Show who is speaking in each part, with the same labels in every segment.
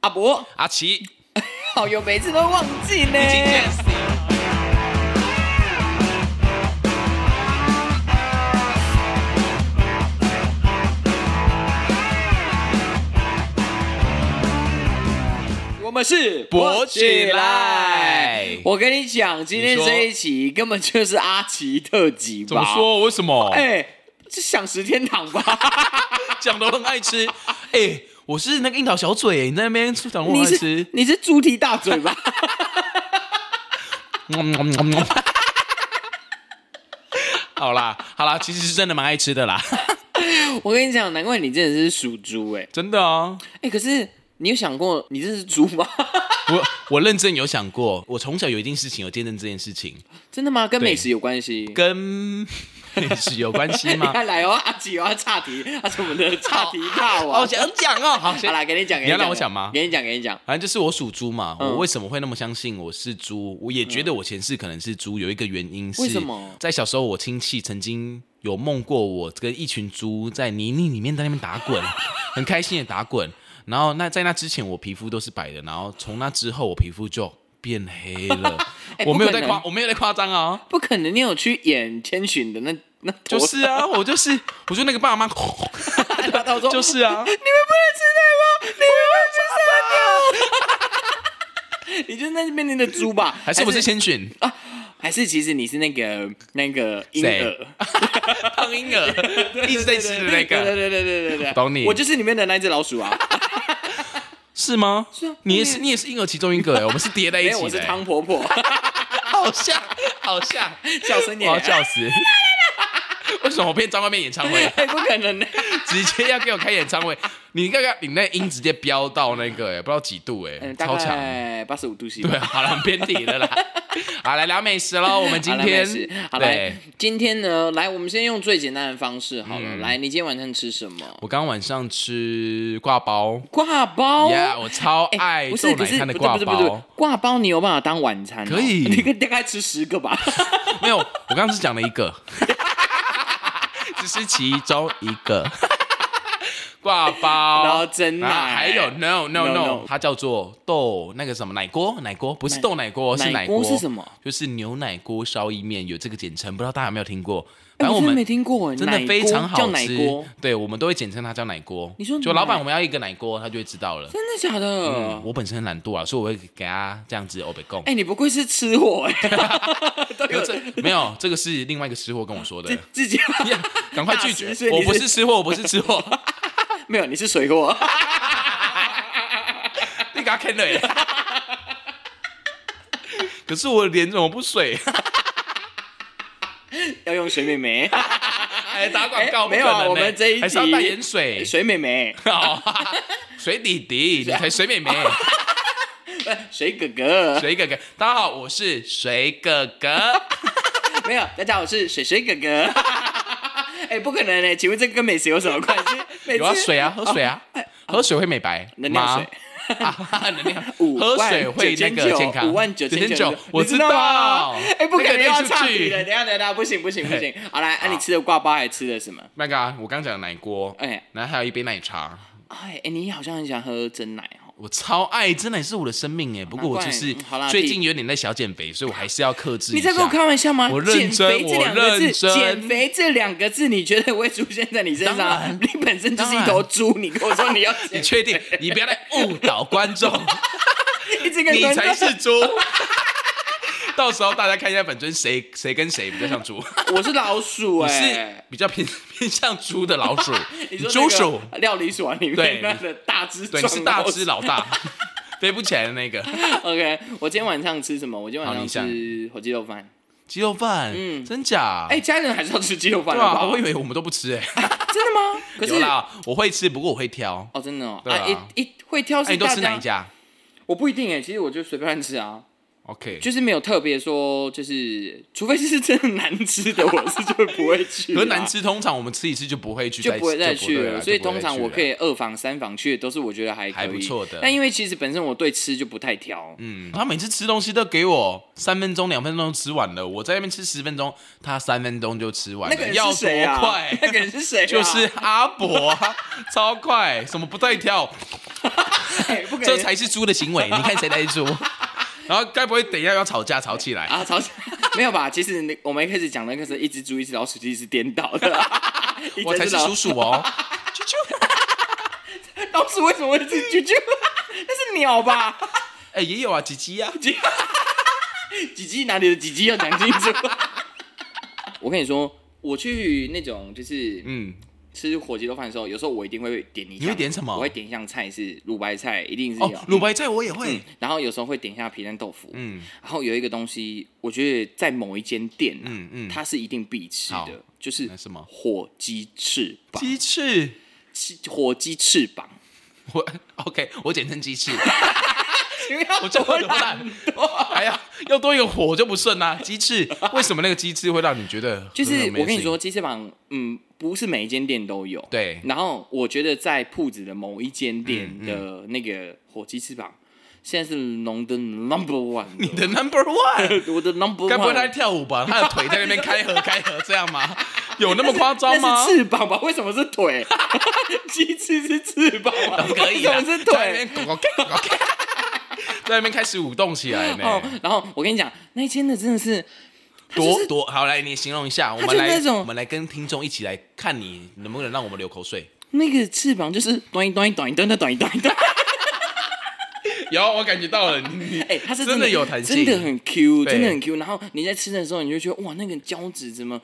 Speaker 1: 阿伯，
Speaker 2: 阿奇，一
Speaker 1: 好友每次都忘记呢。
Speaker 2: 起见。
Speaker 1: 我们是
Speaker 2: 勃起来
Speaker 1: 我跟你讲，今天
Speaker 2: 你说
Speaker 1: 这一期根本就是阿奇特辑吧？
Speaker 2: 怎么？说？为什么？
Speaker 1: 哎、这享食天堂吧？
Speaker 2: 讲的很爱吃。哎，我是那个樱桃小嘴，你在那边讲我
Speaker 1: 你
Speaker 2: 很爱
Speaker 1: 是
Speaker 2: 吃。
Speaker 1: 你是猪蹄大嘴吧？
Speaker 2: 好啦，好啦，其实是真的蛮爱吃的啦，
Speaker 1: 我跟你讲，难怪你真的是属猪哎
Speaker 2: 真的啊。
Speaker 1: 哎、可是你有想过你这是猪吗？
Speaker 2: 我我认真有想过，我从小有一件事情有见证这件事情，
Speaker 1: 真的吗？跟
Speaker 2: 对
Speaker 1: 美食有关系？
Speaker 2: 跟 美食有关系
Speaker 1: 你
Speaker 2: 吗？
Speaker 1: 看来哦，阿奇哦，他岔题，他是我们的岔题大
Speaker 2: 好
Speaker 1: 王。
Speaker 2: 想讲哦，好，
Speaker 1: 好
Speaker 2: 先
Speaker 1: 啦，给你讲，给
Speaker 2: 你要让
Speaker 1: 讲
Speaker 2: 我讲吗
Speaker 1: 给你讲，给你讲。
Speaker 2: 反正就是我属猪嘛，
Speaker 1: 嗯
Speaker 2: 我为什么会那么相信我是猪？我也觉得我前世可能是猪，有一个原因是
Speaker 1: 为什么
Speaker 2: 在小时候我亲戚曾经有梦过我跟一群猪在泥泞里面在那边打滚，很开心的打滚。然后那在那之前我皮肤都是白的，然后从那之后我皮肤就变黑了。
Speaker 1: 哎
Speaker 2: 我没有
Speaker 1: 不
Speaker 2: 在
Speaker 1: 可能
Speaker 2: 夸，我没有在夸张啊。
Speaker 1: 不可能，你有去演千寻的那那头
Speaker 2: 就是啊，我就是，我就那个爸妈，
Speaker 1: 他到时候
Speaker 2: 就是 啊，
Speaker 1: 你就是那边的猪吧？
Speaker 2: 还是我是千寻
Speaker 1: 还是其实你是那个那个婴
Speaker 2: 谁
Speaker 1: 儿，
Speaker 2: 胖婴儿，一直在吃的那
Speaker 1: 对对
Speaker 2: 个，
Speaker 1: 对对对对对，
Speaker 2: 懂你
Speaker 1: 我就是里面的那只老鼠啊，
Speaker 2: 是吗？
Speaker 1: 是啊
Speaker 2: 你也
Speaker 1: 后
Speaker 2: 是，
Speaker 1: 面
Speaker 2: 你也是婴儿其中一个哎，我们是叠 在一
Speaker 1: 没
Speaker 2: 起
Speaker 1: 有，
Speaker 2: 的。
Speaker 1: 我是汤婆 婆，
Speaker 2: 好像，好像，
Speaker 1: 小声
Speaker 2: 我
Speaker 1: 点
Speaker 2: 要，笑死！ 为什么我变张惠妹演唱会？
Speaker 1: 哎不可 能的，
Speaker 2: 直接要给我开演唱会？你刚刚你那音直接飙到那个、哎，不知道几度哎、
Speaker 1: 嗯，大
Speaker 2: 超强！
Speaker 1: 概八十五度 C 吧。
Speaker 2: 对，啊好了，我们偏题 了啦。好，来聊美食喽。我们啊今
Speaker 1: 好来
Speaker 2: 天
Speaker 1: 没事好来
Speaker 2: 对，，
Speaker 1: 今天呢，来，我们先用最简单的方式好
Speaker 2: 嗯
Speaker 1: 了。来，你今天晚上吃什么？
Speaker 2: 我刚刚晚上吃挂包，
Speaker 1: 挂包。
Speaker 2: 呀、我超
Speaker 1: 哦哎
Speaker 2: 爱
Speaker 1: 不
Speaker 2: 豆
Speaker 1: 是，
Speaker 2: 奶
Speaker 1: 可是
Speaker 2: 摊的
Speaker 1: 不是
Speaker 2: 挂
Speaker 1: 不是不是
Speaker 2: 包。
Speaker 1: 挂包，你有办法当晚餐哦？
Speaker 2: 可以
Speaker 1: 你可以大概吃十个 吧。
Speaker 2: 没有，我刚刚只讲了一个，只是其中一个挂包，
Speaker 1: 然后蒸奶
Speaker 2: 然后还有 no no
Speaker 1: No,
Speaker 2: no，,
Speaker 1: no
Speaker 2: 它叫做豆那个什么奶锅，奶锅不是豆奶锅，是
Speaker 1: 奶
Speaker 2: 奶
Speaker 1: 锅
Speaker 2: 锅
Speaker 1: 是什么？
Speaker 2: 就是牛奶锅烧意面，有这个简称，不知道大家有没有听过？
Speaker 1: 哎
Speaker 2: 反正
Speaker 1: 我
Speaker 2: 我
Speaker 1: 真的
Speaker 2: 们
Speaker 1: 没听过哎，
Speaker 2: 真
Speaker 1: 奶
Speaker 2: 的
Speaker 1: 锅
Speaker 2: 非常
Speaker 1: 叫
Speaker 2: 好
Speaker 1: 奶
Speaker 2: 吃
Speaker 1: 锅，，
Speaker 2: 对我们都会简称它叫奶锅。
Speaker 1: 你说
Speaker 2: 就老板
Speaker 1: 奶
Speaker 2: 我们要一个奶锅，他就会知道了。
Speaker 1: 真的假的？
Speaker 2: 我本身很懒惰啊，所以我会给他这样子欧北贡。
Speaker 1: 哎，你不愧是吃货哎，都有
Speaker 2: 这没有，这个是另外一个吃货跟我说的。
Speaker 1: 自己
Speaker 2: 呀赶快拒
Speaker 1: 大
Speaker 2: 绝
Speaker 1: 十岁！
Speaker 2: 我
Speaker 1: 你是
Speaker 2: 不是吃货，我不是吃货，
Speaker 1: 没有，你是水货。
Speaker 2: 你给他坑了耶！ 可是我脸怎么不 水？
Speaker 1: 要用水美眉，
Speaker 2: 还打广告、
Speaker 1: 哎没有啊
Speaker 2: 不可能耶
Speaker 1: 我们这一集
Speaker 2: 还是要代言水，
Speaker 1: 水美 眉，
Speaker 2: 哦水弟弟，你才水妹妹，
Speaker 1: 水哥哥，
Speaker 2: 水哥哥。大家好，我是水哥哥。
Speaker 1: 没有，大家好，我是水水哥哥。 哎，不可能哎，请问这跟美食有什么关 系？每次
Speaker 2: 有啊，水啊，喝水啊，喝水会美白
Speaker 1: 能量水
Speaker 2: 吗。 啊能量
Speaker 1: 五
Speaker 2: 喝
Speaker 1: 万
Speaker 2: 水会那个
Speaker 1: 9900
Speaker 2: 健康，
Speaker 1: 五万九千
Speaker 2: 9900我
Speaker 1: 你知
Speaker 2: 道
Speaker 1: 吗。哎，不可
Speaker 2: 那
Speaker 1: 能
Speaker 2: 个
Speaker 1: 要
Speaker 2: 念出
Speaker 1: 差
Speaker 2: 去
Speaker 1: 题了，等一下等一下，不行不行不行。好来，那你吃的挂包还吃的什么？
Speaker 2: 那个啊，我刚讲的奶锅，
Speaker 1: 哎
Speaker 2: 然后还有一杯奶茶，
Speaker 1: 哎哎，你好像很喜欢喝真奶哦。
Speaker 2: 我超爱，真的是我的生命哎。不过我就是
Speaker 1: 嗯好啦
Speaker 2: 最近有点在小减肥，所以我还是要克制一
Speaker 1: 你
Speaker 2: 下。
Speaker 1: 在跟我开玩笑吗？
Speaker 2: 我认
Speaker 1: 减
Speaker 2: 真
Speaker 1: 肥这两个
Speaker 2: 我
Speaker 1: 字，
Speaker 2: 认真
Speaker 1: 减肥这两个字，你觉得会出现在你身
Speaker 2: 当
Speaker 1: 上
Speaker 2: 然？
Speaker 1: 你本身就是一头猪，你跟我说你 要
Speaker 2: 你
Speaker 1: 减，
Speaker 2: 确定？你不要来误导观 众，
Speaker 1: 一直跟
Speaker 2: 你
Speaker 1: 观众
Speaker 2: 才是猪。到时候大家看一下本尊谁谁跟谁比较像猪，
Speaker 1: 我是老鼠
Speaker 2: 我
Speaker 1: 哎
Speaker 2: 是、比较偏偏向猪的老鼠，
Speaker 1: 你
Speaker 2: 你
Speaker 1: 说
Speaker 2: 猪
Speaker 1: 那个
Speaker 2: 鼠，
Speaker 1: 料理鼠王里面
Speaker 2: 对
Speaker 1: 那个大只
Speaker 2: 对，
Speaker 1: 壮老
Speaker 2: 你是
Speaker 1: 鼠，
Speaker 2: 大只老 大，飞不起来的那个
Speaker 1: OK，我今天晚上吃什么？我今天晚
Speaker 2: 好
Speaker 1: 上
Speaker 2: 你想
Speaker 1: 吃火鸡肉饭。
Speaker 2: 鸡肉饭，
Speaker 1: 嗯
Speaker 2: 真假？
Speaker 1: 哎、家人还是要吃鸡肉饭
Speaker 2: 对
Speaker 1: 的吧？
Speaker 2: 啊，我以为我们都不吃哎、
Speaker 1: 真的 吗？可
Speaker 2: 有
Speaker 1: 是
Speaker 2: 啦，我会吃，不过我会挑。
Speaker 1: 哦，真的哦，
Speaker 2: 对啊
Speaker 1: 一一会挑
Speaker 2: 哎，
Speaker 1: 是
Speaker 2: 你都
Speaker 1: 大
Speaker 2: 吃
Speaker 1: 家、
Speaker 2: 哪一家
Speaker 1: 我不一定哎、其实我就随便乱吃啊。
Speaker 2: ？OK，
Speaker 1: 就是没有特别说，就是除非是真的难吃的，我是就不会去啦。啊
Speaker 2: 可是难吃，通常我们吃一次就不会去，啊
Speaker 1: 就不会再
Speaker 2: 去
Speaker 1: 去了，所以通常我可
Speaker 2: 以，
Speaker 1: 以二访三访去的都是我觉得还可以
Speaker 2: 还不错的
Speaker 1: 但因为其实本身我对吃就不太挑，
Speaker 2: 嗯，他每次吃东西都给我三分钟、两分钟就吃完了，我在那边吃十分钟，他三分钟就吃完了，
Speaker 1: 那个人
Speaker 2: 要
Speaker 1: 是
Speaker 2: 多
Speaker 1: 谁啊？
Speaker 2: 快？
Speaker 1: 那个人是谁啊？
Speaker 2: 就是阿伯啊，超快，什么不带跳，
Speaker 1: 哎不可能
Speaker 2: 这才是猪的行为。你看谁才是 猪？然后该不会等一下要吵架吵起来？
Speaker 1: 啊，吵起没有吧？其实那我们一开始讲那个是一只猪一只老鼠，其实是颠倒的啦。一
Speaker 2: 我才
Speaker 1: 只
Speaker 2: 是
Speaker 1: 老
Speaker 2: 叔叔哦。
Speaker 1: 老鼠为什么会是啾啾？那是鸟吧？
Speaker 2: 哎、也有啊，吉吉啊，
Speaker 1: 几鸡哪里的几鸡要讲清楚。 我跟你说，我去那种就是
Speaker 2: 嗯，
Speaker 1: 吃火鸡肉饭的时候，有时候我一定会点一项，
Speaker 2: 你会点什么
Speaker 1: 我会点一项菜是卤白菜，一定是有。
Speaker 2: 哦，卤白菜我也会，
Speaker 1: 然后有时候会点一下皮蛋豆腐，
Speaker 2: 嗯
Speaker 1: 然后有一个东西，我觉得在某一间店、啊，
Speaker 2: 嗯嗯，
Speaker 1: 它是一定必吃
Speaker 2: 好
Speaker 1: 的，就是
Speaker 2: 那什么
Speaker 1: 火鸡翅膀，
Speaker 2: 鸡翅，
Speaker 1: 鸡火鸡翅 膀。
Speaker 2: 我 OK，我简称鸡翅，
Speaker 1: 你们要
Speaker 2: 我这
Speaker 1: 多
Speaker 2: 么烂， 哎呀，要多一个火就不顺啦、鸡翅，为什么那个鸡翅会让你觉得？
Speaker 1: 就是我跟你说，，鸡翅膀，嗯，不是每一间店都有。
Speaker 2: 对
Speaker 1: 然后我觉得在铺子的某一间
Speaker 2: 嗯
Speaker 1: 店的那个火鸡翅膀，现在是龙的 number one，
Speaker 2: 你的 Number One，
Speaker 1: 我的 number
Speaker 2: 该不会他在
Speaker 1: one。
Speaker 2: 跳舞吧？他的腿在那边开合开合这样吗？有那么夸张吗
Speaker 1: 那？是翅膀吧？为什么是腿？ 鸡翅是翅膀吗？
Speaker 2: 哦可以
Speaker 1: 为
Speaker 2: 啦，
Speaker 1: 什么是
Speaker 2: 在那
Speaker 1: 腿
Speaker 2: 边？咕咕咕咕咕在那边开始舞动起来呢。
Speaker 1: 哦，然后我跟你讲，那间的真的是，它就
Speaker 2: 多
Speaker 1: 是
Speaker 2: 多好，来你形容一下，我
Speaker 1: 就
Speaker 2: 们
Speaker 1: 是
Speaker 2: 来
Speaker 1: 那种
Speaker 2: 我们来跟听众一起来看你能不能让我们流口水。
Speaker 1: 那个翅膀就是短一短一短一短的短一短一短，
Speaker 2: 有，我感觉到了，你
Speaker 1: 哎，它是
Speaker 2: 真的有弹性
Speaker 1: 真的很 Q，
Speaker 2: 对
Speaker 1: 真的很 Q。然后你在吃的时候，你就觉得哇，那个胶质怎么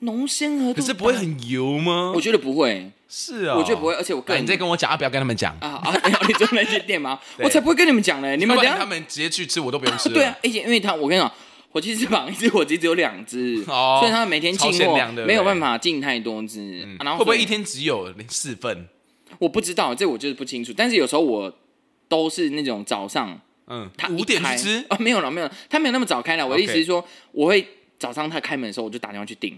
Speaker 1: 浓鲜和度？
Speaker 2: 可是不会，很油吗
Speaker 1: 我？觉得不会
Speaker 2: 是啊，
Speaker 1: 我觉得不会而且我个
Speaker 2: 哎
Speaker 1: 人
Speaker 2: 你再跟我讲啊，不要跟他们讲，
Speaker 1: 啊啊！ 你做那些店吗？我才不会跟你们讲嘞，你
Speaker 2: 你
Speaker 1: 们等
Speaker 2: 他
Speaker 1: 下哦
Speaker 2: 们直接去吃，我都不用吃了。
Speaker 1: 对啊，而且因为它，我跟你讲。火鸡翅膀一只火鸡只有两只，
Speaker 2: 哦
Speaker 1: 所以它每天进
Speaker 2: 超限
Speaker 1: 货
Speaker 2: 量对不对嗯
Speaker 1: 没有办法进太多只。啊然后
Speaker 2: 会不
Speaker 1: 所
Speaker 2: 会
Speaker 1: 以
Speaker 2: 一天只有四份？
Speaker 1: 我不知道，这我就是不清楚。但是有时候我都是那种早上
Speaker 2: 嗯
Speaker 1: 他，
Speaker 2: 五点去
Speaker 1: 啊
Speaker 2: 吃、
Speaker 1: 哦，没有了，没有了，他没有那么早开了。我的
Speaker 2: OK
Speaker 1: 意思是说，我会早上他开门的时候，我就打电话去订，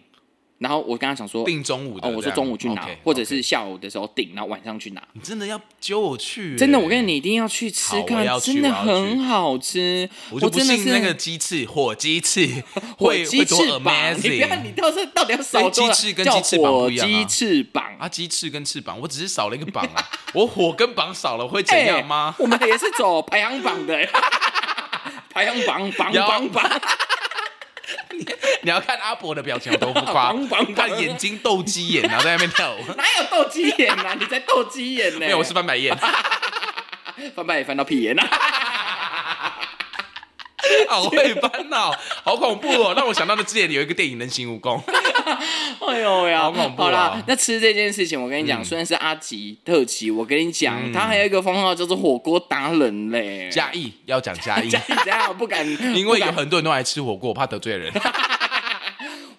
Speaker 1: 然后我跟他讲说，
Speaker 2: 定中午的这
Speaker 1: 哦，
Speaker 2: 样。
Speaker 1: 我说中午去拿
Speaker 2: OK，
Speaker 1: 或者是
Speaker 2: OK
Speaker 1: 下午的时候订，然后晚上去拿。
Speaker 2: 你真的要揪我去？欸
Speaker 1: 真的，我
Speaker 2: 你，
Speaker 1: 跟你，你一定要去吃
Speaker 2: 好我
Speaker 1: 看
Speaker 2: 要，去
Speaker 1: 真的
Speaker 2: 我要去
Speaker 1: 很好吃。
Speaker 2: 我就不
Speaker 1: 真的
Speaker 2: 信
Speaker 1: 是
Speaker 2: 那个鸡翅火 鸡翅
Speaker 1: 火
Speaker 2: 会
Speaker 1: 鸡
Speaker 2: 会
Speaker 1: 翅
Speaker 2: 多
Speaker 1: 膀，你不要，
Speaker 2: amazing
Speaker 1: 你到时候到底要少多了
Speaker 2: 所以鸡翅跟
Speaker 1: 叫
Speaker 2: 鸡翅膀
Speaker 1: 火
Speaker 2: 不一样啊
Speaker 1: 鸡翅膀，
Speaker 2: 啊！鸡翅跟翅膀，我只是少了一个膀啊， 我火跟膀少了会怎
Speaker 1: 哎，
Speaker 2: 样吗？
Speaker 1: 我们也是走排行榜的、 排行榜榜
Speaker 2: 有
Speaker 1: 榜榜，哎
Speaker 2: 你要看阿伯的表情有多浮 夸
Speaker 1: 绑绑绑，
Speaker 2: 他眼睛斗鸡眼，然后在那边跳舞。
Speaker 1: 哪有斗鸡眼啊？你在斗鸡眼呢、
Speaker 2: 没有，我是翻白眼，
Speaker 1: 翻白眼翻到屁眼啊！
Speaker 2: 好会翻哦，好恐怖哦！让我想到了之前有一个电影《人形蜈蚣》，
Speaker 1: 哎呦呀，
Speaker 2: 好恐怖啊嗯
Speaker 1: 好啦，那吃这件事情，我跟你讲，虽然是阿吉特奇，我跟你讲，他还有一个封号叫做火锅达人嘞。
Speaker 2: 嘉义要讲嘉义，
Speaker 1: 这样这样我不敢，
Speaker 2: 因为
Speaker 1: 不
Speaker 2: 有
Speaker 1: 敢
Speaker 2: 很多人都来吃火锅，我怕得罪人。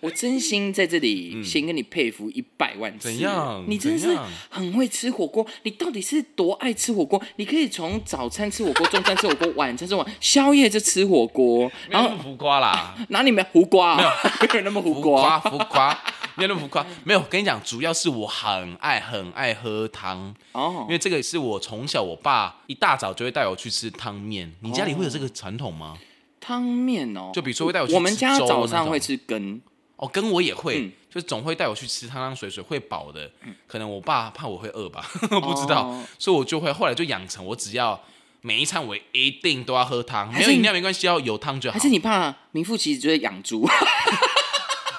Speaker 1: 我真心在这里先跟你佩服一百万次。
Speaker 2: 嗯怎样
Speaker 1: 你真的
Speaker 2: 怎
Speaker 1: 是
Speaker 2: 样
Speaker 1: 很会吃火锅，你到底是多爱吃火锅？你可以从早餐吃火锅，中餐吃火锅，晚餐吃火锅，宵夜就吃火锅，
Speaker 2: 没
Speaker 1: 然
Speaker 2: 有
Speaker 1: 后
Speaker 2: 那么浮夸啦，
Speaker 1: 哪里没有胡瓜、啊？ 没有，没有那么胡
Speaker 2: 浮
Speaker 1: 瓜
Speaker 2: 夸。浮夸，没有那么浮夸。没有，跟你讲，主要是我很爱很爱喝汤，因
Speaker 1: 哦，
Speaker 2: 为这个是我从小我爸一大早就会带我去吃汤面。你家里会有这个传统吗？
Speaker 1: 汤面哦，
Speaker 2: 就比如说会带我去
Speaker 1: 我们
Speaker 2: 吃
Speaker 1: 家
Speaker 2: 粥
Speaker 1: 早
Speaker 2: 那
Speaker 1: 上
Speaker 2: 种
Speaker 1: 会吃羹，
Speaker 2: 哦，跟我也会，
Speaker 1: 嗯
Speaker 2: 就是总会带我去吃汤汤水水，会饱的。可能我爸怕我会饿吧， 我不知道，
Speaker 1: 哦
Speaker 2: 所以我就会后来就养成，我只要每一餐我一定都要喝汤，
Speaker 1: 还
Speaker 2: 没
Speaker 1: 是
Speaker 2: 有
Speaker 1: 你
Speaker 2: 饮料没关系，要有汤就好
Speaker 1: 还。是你怕名副其实就会养猪？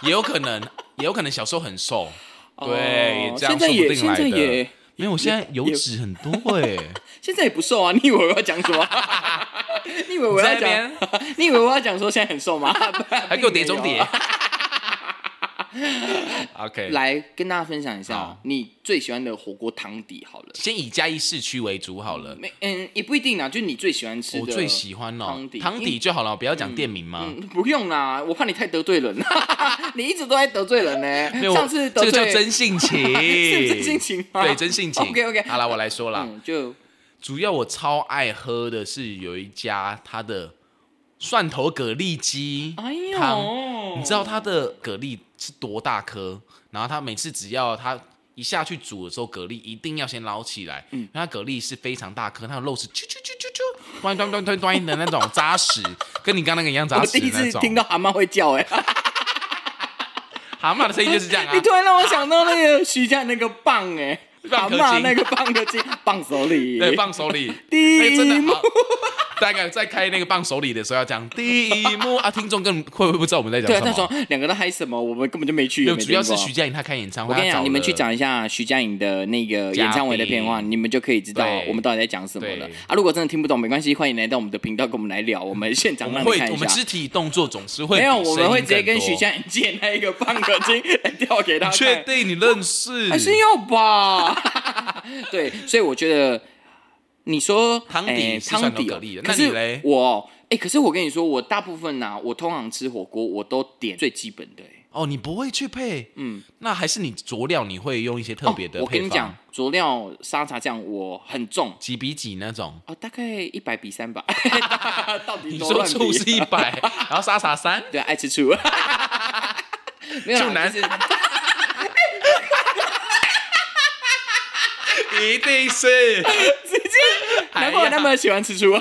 Speaker 2: 也有可能，也有可能小时候 很瘦， 对，
Speaker 1: 哦
Speaker 2: 这
Speaker 1: 现
Speaker 2: 样
Speaker 1: 在
Speaker 2: 说不
Speaker 1: 也
Speaker 2: 定
Speaker 1: 现
Speaker 2: 来
Speaker 1: 在
Speaker 2: 的
Speaker 1: 也。
Speaker 2: 因为我现在油脂很多 哎、
Speaker 1: 现在也不瘦啊！你以为我要讲什 么？你以为我要
Speaker 2: 你在
Speaker 1: 讲？你以为我要讲说现在很瘦吗？ 哦
Speaker 2: 还给我叠中
Speaker 1: 并没有
Speaker 2: 叠。OK，
Speaker 1: 来跟大家分享一下
Speaker 2: 好
Speaker 1: 你最喜欢的火锅汤底好了。
Speaker 2: 先以嘉义市区为主好了。
Speaker 1: 没，嗯，也不一定啦，就你最喜欢吃的。
Speaker 2: 我最喜欢哦
Speaker 1: 汤底
Speaker 2: 汤底就好了，不要讲店名嘛。
Speaker 1: 嗯，不用啦，我怕你太得罪人 了，你一直都在得罪人呢、
Speaker 2: 没有，
Speaker 1: 上次得
Speaker 2: 这
Speaker 1: 罪
Speaker 2: 个叫真性情，
Speaker 1: 是真性情吗
Speaker 2: 对，真性情。
Speaker 1: OK，OK
Speaker 2: 好了，我来说啦。
Speaker 1: 嗯，就
Speaker 2: 主要我超爱喝的是有一家它的蒜头蛤蜊鸡
Speaker 1: 哎呦
Speaker 2: 汤，，你知道它的蛤蜊是多大颗？然后它每次只要它一下去煮的时候，蛤蜊一定要先捞起来，因为它蛤蜊是非常大颗，它的肉是啾啾啾啾啾，端端端端端的那种扎实，跟你刚刚那个一样扎
Speaker 1: 我
Speaker 2: 实
Speaker 1: 第
Speaker 2: 的
Speaker 1: 一
Speaker 2: 那
Speaker 1: 次
Speaker 2: 种。
Speaker 1: 听到蛤蟆会叫哎、
Speaker 2: 蛤蟆的声音就是这样啊
Speaker 1: 你。突然让我想到那个徐家那个棒哎、
Speaker 2: 蚌
Speaker 1: 阿
Speaker 2: 壳
Speaker 1: 嬷
Speaker 2: 精
Speaker 1: 那个蚌壳 精，棒手里，
Speaker 2: 对，放手里，
Speaker 1: 第
Speaker 2: 哎真
Speaker 1: 一
Speaker 2: 的
Speaker 1: 幕
Speaker 2: 好。 大概在开那个棒手里的时候要讲第一幕啊，听众更会不会不知道我们在讲
Speaker 1: 对啊，那
Speaker 2: 什么
Speaker 1: 种？两个都嗨什么？我们根本就没去，也
Speaker 2: 对，
Speaker 1: 没
Speaker 2: 主要
Speaker 1: 听
Speaker 2: 是
Speaker 1: 过
Speaker 2: 徐佳莹她开演唱会，
Speaker 1: 我跟你
Speaker 2: 她找
Speaker 1: 讲，你们去
Speaker 2: 了
Speaker 1: 找一下徐佳莹的那个
Speaker 2: 嘉
Speaker 1: 演唱会的
Speaker 2: 宾
Speaker 1: 片话，你们就可以知道
Speaker 2: 对
Speaker 1: 我们到底在讲什么了
Speaker 2: 对
Speaker 1: 啊！如果真的听不懂，没关系，欢迎来到我们的频道跟我们来聊，我们现
Speaker 2: 我
Speaker 1: 场让
Speaker 2: 们
Speaker 1: 你
Speaker 2: 会
Speaker 1: 看
Speaker 2: 我
Speaker 1: 一
Speaker 2: 们肢
Speaker 1: 下。
Speaker 2: 体动作总是会
Speaker 1: 没有，
Speaker 2: 比
Speaker 1: 我
Speaker 2: 声
Speaker 1: 们会
Speaker 2: 音
Speaker 1: 直接
Speaker 2: 更
Speaker 1: 跟
Speaker 2: 多
Speaker 1: 徐佳莹借那一个蚌壳 精来调给他看。
Speaker 2: 确定你认识？
Speaker 1: 还是要吧。 对，所以我觉得你说
Speaker 2: 汤底
Speaker 1: 哎
Speaker 2: 是
Speaker 1: 汤
Speaker 2: 蒜头
Speaker 1: 底
Speaker 2: 蛤
Speaker 1: 哦
Speaker 2: 蜊的
Speaker 1: 可
Speaker 2: 那你
Speaker 1: 是
Speaker 2: 嘞
Speaker 1: 我哎、可是我跟你说，我大部分呐、我通常吃火锅我都点最基本的、哎
Speaker 2: 哦，你不会去配，
Speaker 1: 嗯，
Speaker 2: 那还是你佐料你会用一些特别的
Speaker 1: 哦我
Speaker 2: 配
Speaker 1: 跟
Speaker 2: 方，
Speaker 1: 你讲，佐料沙茶酱我很重。
Speaker 2: 几比几那种。
Speaker 1: 哦，大概一百比三吧， 到底
Speaker 2: 你
Speaker 1: 多
Speaker 2: 说
Speaker 1: 乱
Speaker 2: 醋
Speaker 1: 比
Speaker 2: 是一百，然后沙茶三，
Speaker 1: 对，爱吃醋， 没有啦
Speaker 2: 醋男
Speaker 1: 就是
Speaker 2: 一定 是哎
Speaker 1: 难怪我那么喜欢吃醋，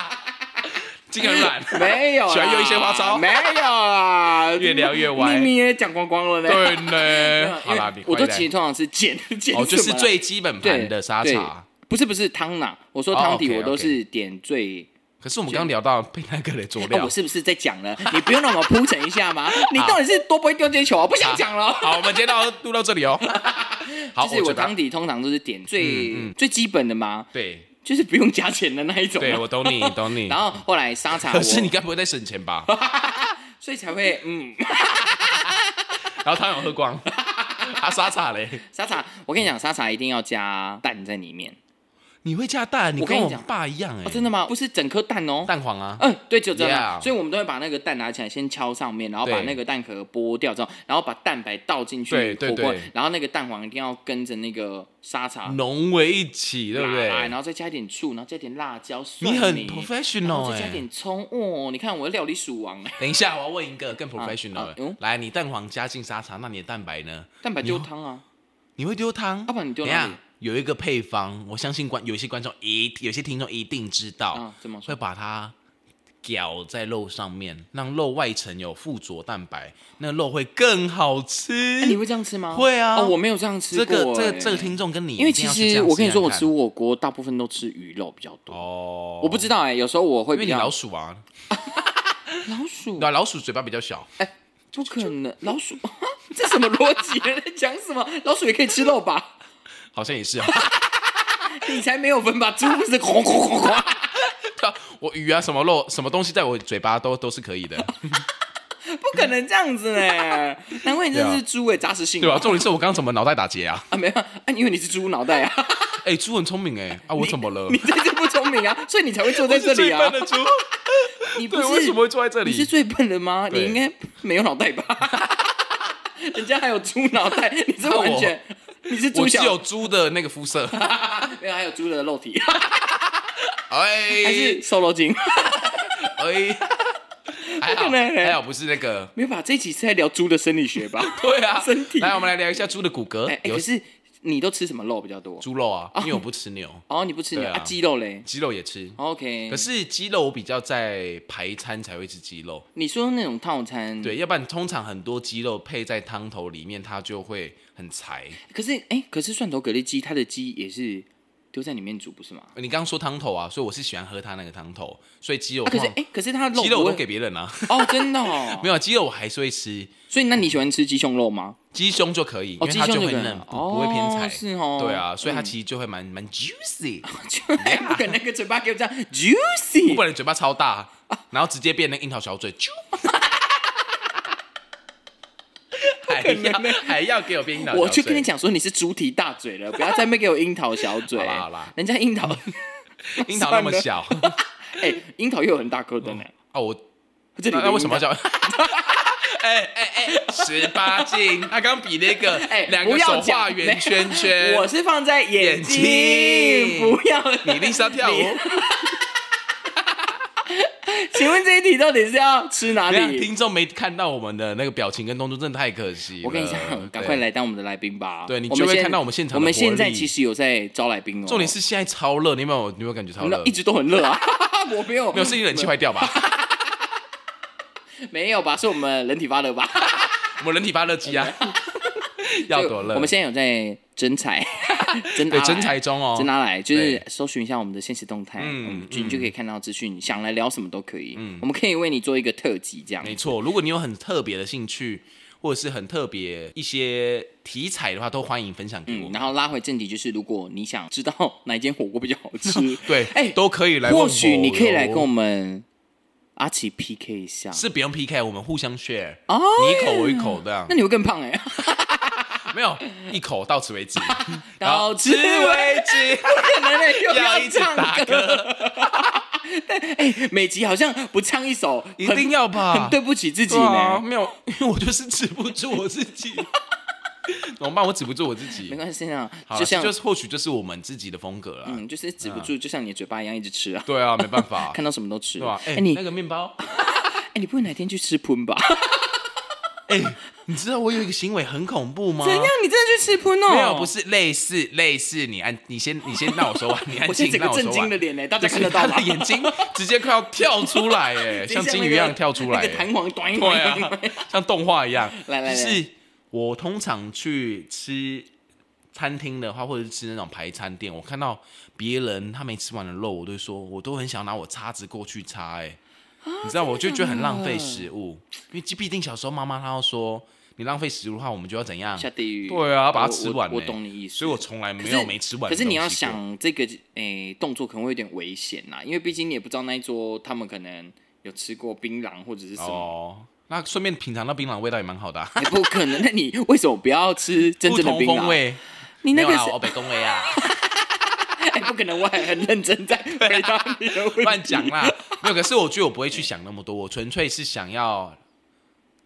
Speaker 2: 这个软。
Speaker 1: 没有啦，
Speaker 2: 喜欢用一些花招
Speaker 1: 没有啊，
Speaker 2: 越聊越歪
Speaker 1: 秘密也讲光光了呢。
Speaker 2: 对
Speaker 1: 没有
Speaker 2: 呢，好啦，
Speaker 1: 因
Speaker 2: 你
Speaker 1: 为我
Speaker 2: 快
Speaker 1: 都
Speaker 2: 点
Speaker 1: 其实通常是减 减
Speaker 2: 哦，就是最基本盘的沙茶。。
Speaker 1: 不是不是汤啦，我说
Speaker 2: 哦
Speaker 1: 汤底
Speaker 2: OK，
Speaker 1: 我都
Speaker 2: OK
Speaker 1: 是点最。
Speaker 2: 可是我们刚刚聊到配那个的佐
Speaker 1: 哦
Speaker 2: 料
Speaker 1: 我，是不是在讲了？你不用让我铺陈一下 吗？你到底是多不会丢接球啊？不想讲了。
Speaker 2: 好，我们今天到录到这里 哦。好，
Speaker 1: 就是我
Speaker 2: 觉得
Speaker 1: 汤底通常都是点
Speaker 2: 嗯
Speaker 1: 最最基本的嘛，
Speaker 2: 对
Speaker 1: 就是不用加钱的那一种
Speaker 2: 对，
Speaker 1: 嘛。
Speaker 2: 我懂你，懂你
Speaker 1: 然。 后后来沙茶我，
Speaker 2: 可是你该不会在省钱吧？
Speaker 1: 所以才会嗯，
Speaker 2: 然后汤有喝光， 啊沙茶嘞？
Speaker 1: 沙茶，我跟你讲，沙茶一定要加蛋在里面。
Speaker 2: 你会加蛋？你
Speaker 1: 我
Speaker 2: 跟
Speaker 1: 跟你
Speaker 2: 我
Speaker 1: 讲
Speaker 2: 爸一样哎
Speaker 1: 哦，，真的吗？不是整颗蛋哦，
Speaker 2: 蛋黄啊，
Speaker 1: 嗯，对，就这样。
Speaker 2: Yeah
Speaker 1: 所以我们都会把那个蛋拿起来，先敲上面，然后
Speaker 2: 对
Speaker 1: 把那个蛋壳剥掉之后，然后把蛋白倒进去
Speaker 2: 对对
Speaker 1: 火锅
Speaker 2: 对，
Speaker 1: 然后那个蛋黄一定要跟着那个沙茶
Speaker 2: 融为一起，对不
Speaker 1: 拉啊来
Speaker 2: 对
Speaker 1: 然？后再加一点醋，然后加一点辣椒，蒜
Speaker 2: 你很
Speaker 1: 泥然后
Speaker 2: professional
Speaker 1: 再加
Speaker 2: 哎
Speaker 1: 一。点葱哦。你看我的料理鼠王，欸
Speaker 2: 等一下，我要问一个更
Speaker 1: 啊
Speaker 2: professional
Speaker 1: 啊
Speaker 2: 的、
Speaker 1: 嗯
Speaker 2: 来，你蛋黄加进沙茶，那你的蛋白呢？
Speaker 1: 蛋白丢汤啊，
Speaker 2: 你会丢汤？
Speaker 1: 要不然你丢
Speaker 2: 等一
Speaker 1: 哪
Speaker 2: 下
Speaker 1: 里
Speaker 2: 有一个配方，我相信观有一些观众一定有些听众一定知道，
Speaker 1: 啊，怎么
Speaker 2: 会
Speaker 1: 说？
Speaker 2: 把它搅在肉上面，让肉外层有附着蛋白，那肉会更好吃。
Speaker 1: 哎你会这样吃吗？
Speaker 2: 会啊
Speaker 1: 哦，我没有这样吃
Speaker 2: 这
Speaker 1: 过。
Speaker 2: 个这
Speaker 1: 哎
Speaker 2: 个这个听众跟你
Speaker 1: 因为
Speaker 2: 一
Speaker 1: 其
Speaker 2: 定要去这
Speaker 1: 实
Speaker 2: 样
Speaker 1: 我跟你说，我
Speaker 2: 看
Speaker 1: 吃火锅大部分都吃鱼肉比较多。
Speaker 2: 哦，
Speaker 1: 我不知道哎，有时候我会
Speaker 2: 因为
Speaker 1: 比
Speaker 2: 你
Speaker 1: 较
Speaker 2: 老鼠啊，
Speaker 1: 老鼠
Speaker 2: 对啊，老鼠嘴巴比较小，
Speaker 1: 不可 能，老鼠，这什么逻辑？在讲什么？老鼠也可以吃肉吧？
Speaker 2: 好像 也是、啊。
Speaker 1: 你才没有分吧？猪是轰轰轰轰，
Speaker 2: 对啊我鱼啊，什么肉，什么东西在我嘴巴都都是可以的。
Speaker 1: 不可能这样子呢！难怪你真的是猪哎，杂食性
Speaker 2: 对吧、啊重点是我刚刚怎么脑袋打结啊？
Speaker 1: 啊，没有啊，因为你是猪脑袋啊，
Speaker 2: 哎、猪很聪明哎、啊，我怎么了
Speaker 1: 你？这就不聪明啊，所以你才会坐在
Speaker 2: 我
Speaker 1: 这
Speaker 2: 是最
Speaker 1: 里啊
Speaker 2: 笨。的猪，
Speaker 1: 你不
Speaker 2: 对，为
Speaker 1: 是
Speaker 2: 什么会坐在这
Speaker 1: 你是
Speaker 2: 里？
Speaker 1: 最笨的吗？你
Speaker 2: 对
Speaker 1: 应该没有脑袋吧？ 人家还有猪脑袋，你这完全你是猪
Speaker 2: 我是
Speaker 1: 小
Speaker 2: 有猪的那个肤 色，
Speaker 1: 没有，还有猪的肉体，还
Speaker 2: 哎
Speaker 1: 是瘦肉精？
Speaker 2: 哎，还
Speaker 1: 不可
Speaker 2: 好
Speaker 1: 能欸
Speaker 2: 还好不是那个，
Speaker 1: 没有吧？这一集是在聊猪的生理学吧？
Speaker 2: 对啊，
Speaker 1: 身体
Speaker 2: 来，我们来聊一下猪的骨骼
Speaker 1: 哎、哎，，
Speaker 2: 有
Speaker 1: 可是你都吃什么肉比较多？
Speaker 2: 猪肉啊，因为我不吃牛，
Speaker 1: 哦，你不吃牛
Speaker 2: 对
Speaker 1: 啊？
Speaker 2: 啊
Speaker 1: 鸡肉嘞哦
Speaker 2: 鸡肉也吃，
Speaker 1: ？OK。
Speaker 2: 可是鸡肉我比较在排餐才会吃鸡肉，
Speaker 1: 你说那种套餐，。
Speaker 2: 对，要不然通常很多鸡肉配在汤头里面，它就会很柴。
Speaker 1: 可是哎、可是蒜头蛤蜊鸡，它的鸡也是丢在里面煮，不是吗？
Speaker 2: 你刚刚说汤头啊，所以我是喜欢喝它那个汤头，所以鸡肉
Speaker 1: 啊，可是
Speaker 2: 通
Speaker 1: 哎、可是它的肉
Speaker 2: 常鸡肉我
Speaker 1: 不
Speaker 2: 都
Speaker 1: 会
Speaker 2: 给别人啊，
Speaker 1: 哦，真的 哦。
Speaker 2: 没有鸡肉我还是会吃，
Speaker 1: 所以那你喜欢吃鸡胸肉吗？
Speaker 2: 鸡胸就可以，因
Speaker 1: 哦，
Speaker 2: 为
Speaker 1: 鸡
Speaker 2: 它
Speaker 1: 胸
Speaker 2: 就
Speaker 1: 这
Speaker 2: 会
Speaker 1: 个
Speaker 2: 嫩，不
Speaker 1: 哦，
Speaker 2: 不会偏柴。
Speaker 1: 是哦。
Speaker 2: 对啊，所以它其实就会蛮蛮 juicy，
Speaker 1: 就不可能那个嘴巴给我这样 juicy
Speaker 2: 不。然嘴巴超大，然后直接变那个樱桃小 嘴，啾还要还要给我变樱桃小嘴，
Speaker 1: 欸我就跟你讲说你是猪蹄大嘴了，不要再没给我樱桃小嘴。
Speaker 2: 好啦好啦
Speaker 1: 人家樱 桃，
Speaker 2: 樱桃那么 小
Speaker 1: 哎、樱桃又有很大颗的呢。
Speaker 2: 哦，我
Speaker 1: 这里
Speaker 2: 那
Speaker 1: 有
Speaker 2: 那为什么
Speaker 1: 樱桃
Speaker 2: 要叫？ 哎哎哎，十八禁！他刚比那个，
Speaker 1: 哎
Speaker 2: 两
Speaker 1: 不
Speaker 2: 个
Speaker 1: 要
Speaker 2: 手
Speaker 1: 讲
Speaker 2: 画圆圈圈，
Speaker 1: 我是放在眼
Speaker 2: 眼
Speaker 1: 睛，
Speaker 2: 睛
Speaker 1: 不要。
Speaker 2: 你一定是要跳舞
Speaker 1: 你。请问这一题到底是要吃哪
Speaker 2: 没有
Speaker 1: 里？
Speaker 2: 听众没看到我们的那个表情跟动作，真的太可惜了。
Speaker 1: 我跟你讲， 赶快
Speaker 2: 对！
Speaker 1: 来当我们的来宾吧。
Speaker 2: 对你
Speaker 1: 我
Speaker 2: 就
Speaker 1: 们
Speaker 2: 会
Speaker 1: 现
Speaker 2: 看到我们现场的
Speaker 1: 我们
Speaker 2: 活
Speaker 1: 现在
Speaker 2: 力
Speaker 1: 其实有在招来宾哦。
Speaker 2: 重点是现在超热，你有没有？你有没有感觉
Speaker 1: 我
Speaker 2: 超
Speaker 1: 们
Speaker 2: 热
Speaker 1: 都一？直都很热 啊。我没有，
Speaker 2: 没有，是你冷气坏掉 吧？
Speaker 1: 没有吧？是我们人体发热吧？
Speaker 2: 我们人体发热机啊，要多
Speaker 1: 所以
Speaker 2: 热？
Speaker 1: 我们现在有在征才， 真
Speaker 2: 对，
Speaker 1: 拿
Speaker 2: 真
Speaker 1: 来
Speaker 2: 才中哦，
Speaker 1: 真拿来，就是
Speaker 2: 对
Speaker 1: 搜寻一下我们的现实动态，
Speaker 2: 嗯
Speaker 1: 嗯，就你就
Speaker 2: 嗯
Speaker 1: 可以看到资讯，想来聊什么都可以，我们可以为你做一个特辑这样。
Speaker 2: 没错，如果你有很特别的兴趣，或者是很特别一些题材的话，都欢迎分享给我
Speaker 1: 嗯，
Speaker 2: 们。
Speaker 1: 然后拉回正题，就是如果你想知道哪一间火锅比较好吃，
Speaker 2: 对，
Speaker 1: 哎
Speaker 2: 都可以来问我
Speaker 1: 或
Speaker 2: 哟。
Speaker 1: 许你可以来跟我们阿奇 PK 一下。
Speaker 2: 是不用 PK，我们互相 share，、
Speaker 1: 哦，
Speaker 2: 你一口我一口这样
Speaker 1: 那，你会更胖 哎、
Speaker 2: 没有一口到此 为止，
Speaker 1: 到此为
Speaker 2: 止，
Speaker 1: 可能欸又
Speaker 2: 要一直
Speaker 1: 唱
Speaker 2: 打
Speaker 1: 歌，
Speaker 2: 嗝，
Speaker 1: 每集哎好像不唱一首，
Speaker 2: 一
Speaker 1: 很
Speaker 2: 定要吧
Speaker 1: 很？对不起自己
Speaker 2: 对啊，
Speaker 1: 呢。
Speaker 2: 没有， 因为我就是止不住我 自己，怎么办？我止不住我自己
Speaker 1: 没。关系啊
Speaker 2: 好，啦
Speaker 1: 就像
Speaker 2: 就是或许就是我们自己的风格啦。
Speaker 1: 嗯，就是止不住，就像你的嘴巴一样一直吃啊，
Speaker 2: 对啊，没办法，
Speaker 1: 看到什么都吃。
Speaker 2: 对吧？哎、
Speaker 1: 哎，你
Speaker 2: 那个面包，
Speaker 1: 哎，你不会哪天去吃喷吧？
Speaker 2: 哎、你知道我有一个行为很恐怖吗？
Speaker 1: 怎样？哎你真的去吃喷哦？
Speaker 2: 啊没有，不，是类似类似，你按你先你先让我说完，你 安
Speaker 1: 我现
Speaker 2: 静
Speaker 1: 在整
Speaker 2: 让
Speaker 1: 个
Speaker 2: 我说
Speaker 1: 震惊的
Speaker 2: 完。
Speaker 1: 脸呢，欸大
Speaker 2: 就
Speaker 1: 家
Speaker 2: 是
Speaker 1: 看得到
Speaker 2: 他
Speaker 1: 吗
Speaker 2: 的？眼睛直接快要跳出 来，哎，像金鱼一样跳出来，欸
Speaker 1: 那个弹簧短一
Speaker 2: 对
Speaker 1: 短。
Speaker 2: 啊，像动画一样。
Speaker 1: 来来来
Speaker 2: 就是我通常去吃餐厅的话，或者是吃那种排餐店，我看到别人他没吃完的肉，我都会说，我都很想拿我叉子过去叉、哎、
Speaker 1: 啊
Speaker 2: 你知道，我就觉得
Speaker 1: 哦
Speaker 2: 很浪费食物，因为必定小时候妈妈她要说，你浪费食物的话，我们就要怎 样？
Speaker 1: 下地狱。
Speaker 2: 对啊，把它
Speaker 1: 我
Speaker 2: 吃完、
Speaker 1: 我我
Speaker 2: 哎
Speaker 1: 懂你意思。
Speaker 2: 所以我从来没
Speaker 1: 可
Speaker 2: 有
Speaker 1: 是
Speaker 2: 没吃完的
Speaker 1: 可是
Speaker 2: 东西过。
Speaker 1: 你要想这个诶、动作可能会有点危险呐、因为毕竟你也不知道那一桌他们可能有吃过槟榔或者是什么，
Speaker 2: 哦，那顺便品尝到槟榔味道也蛮好的、啊，
Speaker 1: 也不可能。那你为什么不要吃真
Speaker 2: 不
Speaker 1: 正的
Speaker 2: 同
Speaker 1: 槟
Speaker 2: 风
Speaker 1: 榔？
Speaker 2: 味。
Speaker 1: 你那
Speaker 2: 没
Speaker 1: 个
Speaker 2: 有啦
Speaker 1: 是
Speaker 2: 我北宫味啊，
Speaker 1: 哎，不可能，我还很认真 在回答你的问题。
Speaker 2: 乱讲啦。没有，可是我觉得我不会去想那么多，我纯粹是想要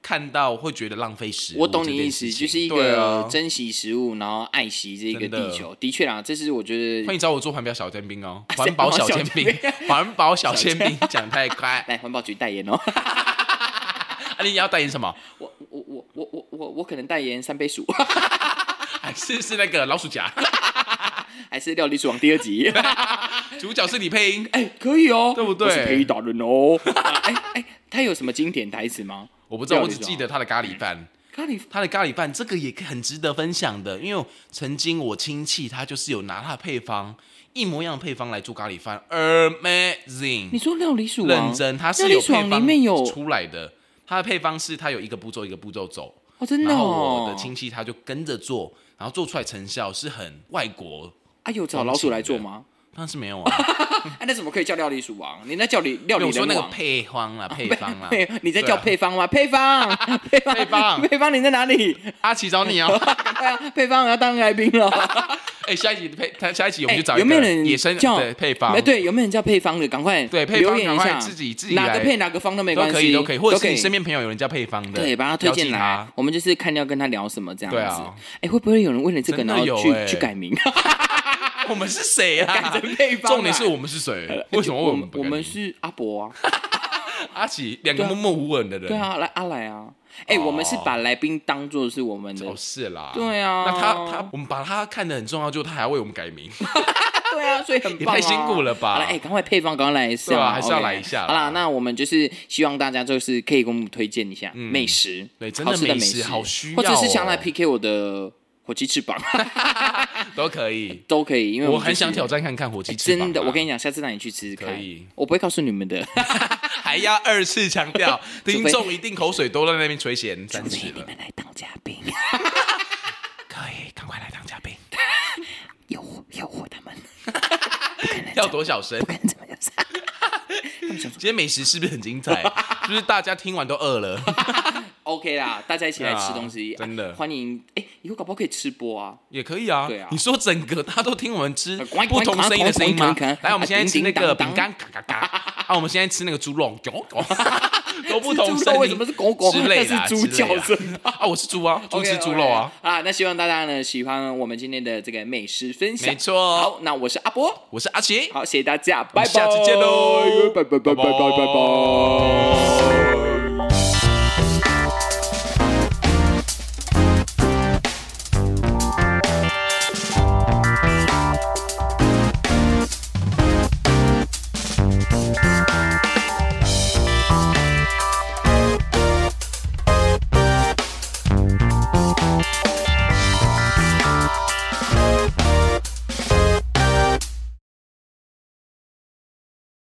Speaker 2: 看到会觉得浪费食物。
Speaker 1: 我懂你意思，就是一
Speaker 2: 对
Speaker 1: 个
Speaker 2: 啊。
Speaker 1: 珍惜食物，然后爱惜这个
Speaker 2: 真的
Speaker 1: 地球。的确啦，这是我觉得
Speaker 2: 欢迎找我做环保小煎饼哦，
Speaker 1: 环
Speaker 2: 环
Speaker 1: 保
Speaker 2: 保
Speaker 1: 小
Speaker 2: 小
Speaker 1: 煎
Speaker 2: 煎
Speaker 1: 饼
Speaker 2: 饼， 环保小煎饼讲太快。
Speaker 1: 来环保局代言哦。
Speaker 2: 啊，你要代言什么？
Speaker 1: 我我我我我我我可能代言三杯鼠，
Speaker 2: 还啊是是那个老鼠夹？
Speaker 1: 还是料理鼠王第二集。
Speaker 2: 主角是李佩英，
Speaker 1: 哎，可以哦，
Speaker 2: 对不对
Speaker 1: 我是陪打人哦。啊哎哎，他有什么经典台词吗？
Speaker 2: 我不知道，
Speaker 1: 料
Speaker 2: 我
Speaker 1: 理
Speaker 2: 只记得他的咖喱饭。
Speaker 1: 咖喱
Speaker 2: 他的咖喱饭，这个也很值得分享的，因为曾经我亲戚他就是有拿他的配方，一模一样的配方来做咖喱饭
Speaker 1: 你
Speaker 2: ，amazing，
Speaker 1: 说料理鼠王
Speaker 2: 认真，他
Speaker 1: 料
Speaker 2: 是
Speaker 1: 理
Speaker 2: 有
Speaker 1: 鼠
Speaker 2: 配
Speaker 1: 王里
Speaker 2: 方
Speaker 1: 面有
Speaker 2: 出来的，他的配方是他有一个步骤一个步骤走，
Speaker 1: 哦，真的
Speaker 2: 然后
Speaker 1: 哦，
Speaker 2: 我的亲戚他就跟着做，然后做出来成效是很外国，
Speaker 1: 啊有找老鼠来做吗？
Speaker 2: 但是没有啊，
Speaker 1: 啊，那怎么可以叫料理鼠王？你那叫理料
Speaker 2: 因
Speaker 1: 理
Speaker 2: 为我说
Speaker 1: 人
Speaker 2: 那个
Speaker 1: 王。
Speaker 2: 配方
Speaker 1: 啊
Speaker 2: 啦，配方啦，
Speaker 1: 对， 你在
Speaker 2: 对
Speaker 1: 叫
Speaker 2: 啊
Speaker 1: 配方吗？配方， 配方，
Speaker 2: 配方
Speaker 1: 配方，你在哪里？
Speaker 2: 阿奇找你哦，
Speaker 1: 对啊，配方我要当来宾了。
Speaker 2: 哎，下一集配，他下一集我们就找
Speaker 1: 哎有
Speaker 2: 一
Speaker 1: 没有
Speaker 2: 个
Speaker 1: 人
Speaker 2: 野生
Speaker 1: 叫
Speaker 2: 对配方
Speaker 1: 哎，，对，有没有人叫配方的？赶快
Speaker 2: 对配
Speaker 1: 留
Speaker 2: 方
Speaker 1: 言一
Speaker 2: 赶快
Speaker 1: 下，
Speaker 2: 自己自己
Speaker 1: 哪个
Speaker 2: 来
Speaker 1: 配哪个方都没
Speaker 2: 都
Speaker 1: 关系，
Speaker 2: 可以，都可以，或者是你身边朋友有人叫配方的，
Speaker 1: 对，把他推荐
Speaker 2: 标记
Speaker 1: 来
Speaker 2: 他，。
Speaker 1: 我们就是看要跟他聊什么这样子。
Speaker 2: 对啊
Speaker 1: 哎，会不会有人为了这个
Speaker 2: 真的
Speaker 1: 然后
Speaker 2: 有
Speaker 1: 去
Speaker 2: 哎
Speaker 1: 去改名，
Speaker 2: 我们是谁啊
Speaker 1: 改？成配方啊？呃
Speaker 2: 重点是我们是谁？为什 么
Speaker 1: 我
Speaker 2: 我们不
Speaker 1: 我
Speaker 2: 敢
Speaker 1: 们
Speaker 2: 理
Speaker 1: 是阿伯啊？
Speaker 2: 阿奇两个默默无闻的人？
Speaker 1: 对，啊，来阿来啊！哎，我们是把来宾当做是我们的
Speaker 2: 哦是啦，
Speaker 1: 对啊
Speaker 2: 那他他我们把他看得很重要，就他还为我们改名，
Speaker 1: 对啊，所以很
Speaker 2: 也
Speaker 1: 棒、啊、
Speaker 2: 太辛苦了吧
Speaker 1: 好了，哎、赶快配方，赶快来一下，
Speaker 2: 对啊还是要
Speaker 1: OK
Speaker 2: 来一下啦
Speaker 1: 好啦，那我们就是希望大家就是可以给我们推荐一下美食，
Speaker 2: 嗯对真
Speaker 1: 好
Speaker 2: 的
Speaker 1: 吃的
Speaker 2: 美食
Speaker 1: 食
Speaker 2: 好需要
Speaker 1: 或者是想来
Speaker 2: 哦
Speaker 1: PK 我的火鸡翅膀
Speaker 2: 都可以。
Speaker 1: 都可以，因为
Speaker 2: 我
Speaker 1: 们
Speaker 2: 很
Speaker 1: 就是
Speaker 2: 想挑战看看火鸡翅膀啊，
Speaker 1: 真的，我跟
Speaker 2: 你
Speaker 1: 你讲，下次让你去吃吃看
Speaker 2: 可以，
Speaker 1: 我不会告诉你们的，
Speaker 2: 还要二次强 调，听众一定口水都在那边垂涎三
Speaker 1: 所
Speaker 2: 尺
Speaker 1: 以你
Speaker 2: 了。
Speaker 1: 们来当嘉宾，
Speaker 2: 可以，赶快来当嘉宾，
Speaker 1: 诱惑诱惑他们，
Speaker 2: 要多 小声？
Speaker 1: 看怎么样？
Speaker 2: 今天美食是不是很精 彩？是不是大家听完都饿了？
Speaker 1: OK 啦，大家一起来吃东西，
Speaker 2: 对啊真的
Speaker 1: 啊欢迎！哎、以后搞不好可以吃播啊，
Speaker 2: 也可以啊。
Speaker 1: 对啊呃
Speaker 2: 你说整个大家都听我们吃
Speaker 1: 呱呱呱
Speaker 2: 不同声音的声音吗
Speaker 1: 呱呱呱呱？
Speaker 2: 来，我们现在吃那
Speaker 1: 啊
Speaker 2: 个
Speaker 1: 叮叮
Speaker 2: 饼
Speaker 1: 当
Speaker 2: 干，嘎嘎嘎。啊，我们现在吃那个猪肉， 狗狗，都不同
Speaker 1: 猪肉
Speaker 2: 声音。
Speaker 1: 为什么是狗狗？
Speaker 2: 之类的
Speaker 1: 那
Speaker 2: 啊？
Speaker 1: 是猪叫
Speaker 2: 之
Speaker 1: 声
Speaker 2: 类的啊啊！我是猪啊，猪
Speaker 1: OK，OK
Speaker 2: 吃猪肉啊。
Speaker 1: 啊！那希望大家呢喜欢我们今天的这个美食分享。
Speaker 2: 没错
Speaker 1: 好，那我是阿波，
Speaker 2: 我是阿奇，
Speaker 1: 好，谢谢大家，拜拜，
Speaker 2: 下次见喽，
Speaker 1: 拜拜拜拜拜拜拜拜。
Speaker 2: 拜拜